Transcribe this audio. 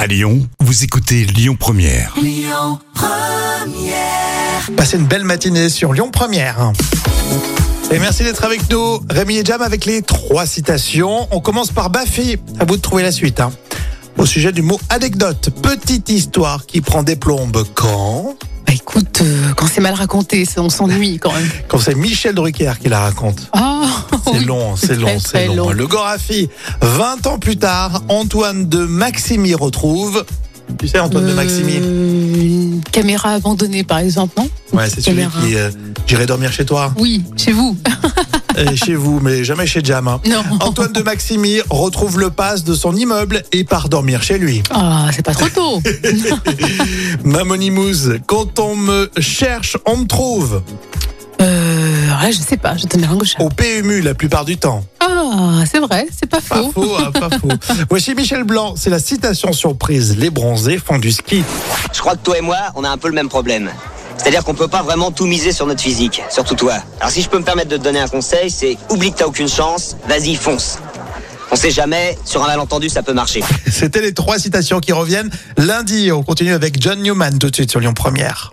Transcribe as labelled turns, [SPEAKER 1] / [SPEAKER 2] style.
[SPEAKER 1] À Lyon, vous écoutez Lyon Première.
[SPEAKER 2] Passez une belle matinée sur Lyon Première. Et merci d'être avec nous, Rémi et Jam, avec les trois citations. On commence par Baffy. À vous de trouver la suite. hein. Au sujet du mot anecdote, petite histoire qui prend des plombes quand
[SPEAKER 3] Bah écoute, euh, quand c'est mal raconté, c'est- on s'ennuie quand même.
[SPEAKER 2] Quand c'est Michel Drucker qui la raconte.
[SPEAKER 3] Oh,
[SPEAKER 2] C'est
[SPEAKER 3] oui.
[SPEAKER 2] long, c'est
[SPEAKER 3] très,
[SPEAKER 2] long,
[SPEAKER 3] très
[SPEAKER 2] c'est long. hein.
[SPEAKER 3] long.
[SPEAKER 2] Le Gorafi, 20 ans plus tard, Antoine de Maximi retrouve. Tu sais, Antoine de Maximi
[SPEAKER 3] Euh, Une caméra abandonnée, par exemple, non
[SPEAKER 2] Ouais, c'est celui
[SPEAKER 3] caméra.
[SPEAKER 2] qui. euh, J'irai dormir chez toi,
[SPEAKER 3] Oui, chez vous.
[SPEAKER 2] et chez vous, mais jamais chez Jam. hein.
[SPEAKER 3] Non.
[SPEAKER 2] Antoine de Maximi retrouve le pass de son immeuble et part dormir chez lui.
[SPEAKER 3] Ah, c'est pas trop tôt.
[SPEAKER 2] Mamonimouze, quand on me cherche, on me trouve.
[SPEAKER 3] Euh, alors là, je sais pas, je donne la langue au chat.
[SPEAKER 2] Au PMU la plupart du temps.
[SPEAKER 3] Ah, c'est vrai, c'est pas
[SPEAKER 2] Pas
[SPEAKER 3] faux.
[SPEAKER 2] faux, hein, pas faux. Voici Michel Blanc, c'est la citation surprise. Les bronzés font du ski.
[SPEAKER 4] Je crois que toi et moi, on a un peu le même problème. C'est-à-dire qu'on peut pas vraiment tout miser sur notre physique, surtout toi. Alors si je peux me permettre de te donner un conseil, c'est oublie que t'as aucune chance, vas-y, fonce. On sait jamais, sur un malentendu, ça peut marcher.
[SPEAKER 2] C'était les trois citations qui reviennent lundi. On continue avec John Newman tout de suite sur Lyon Première.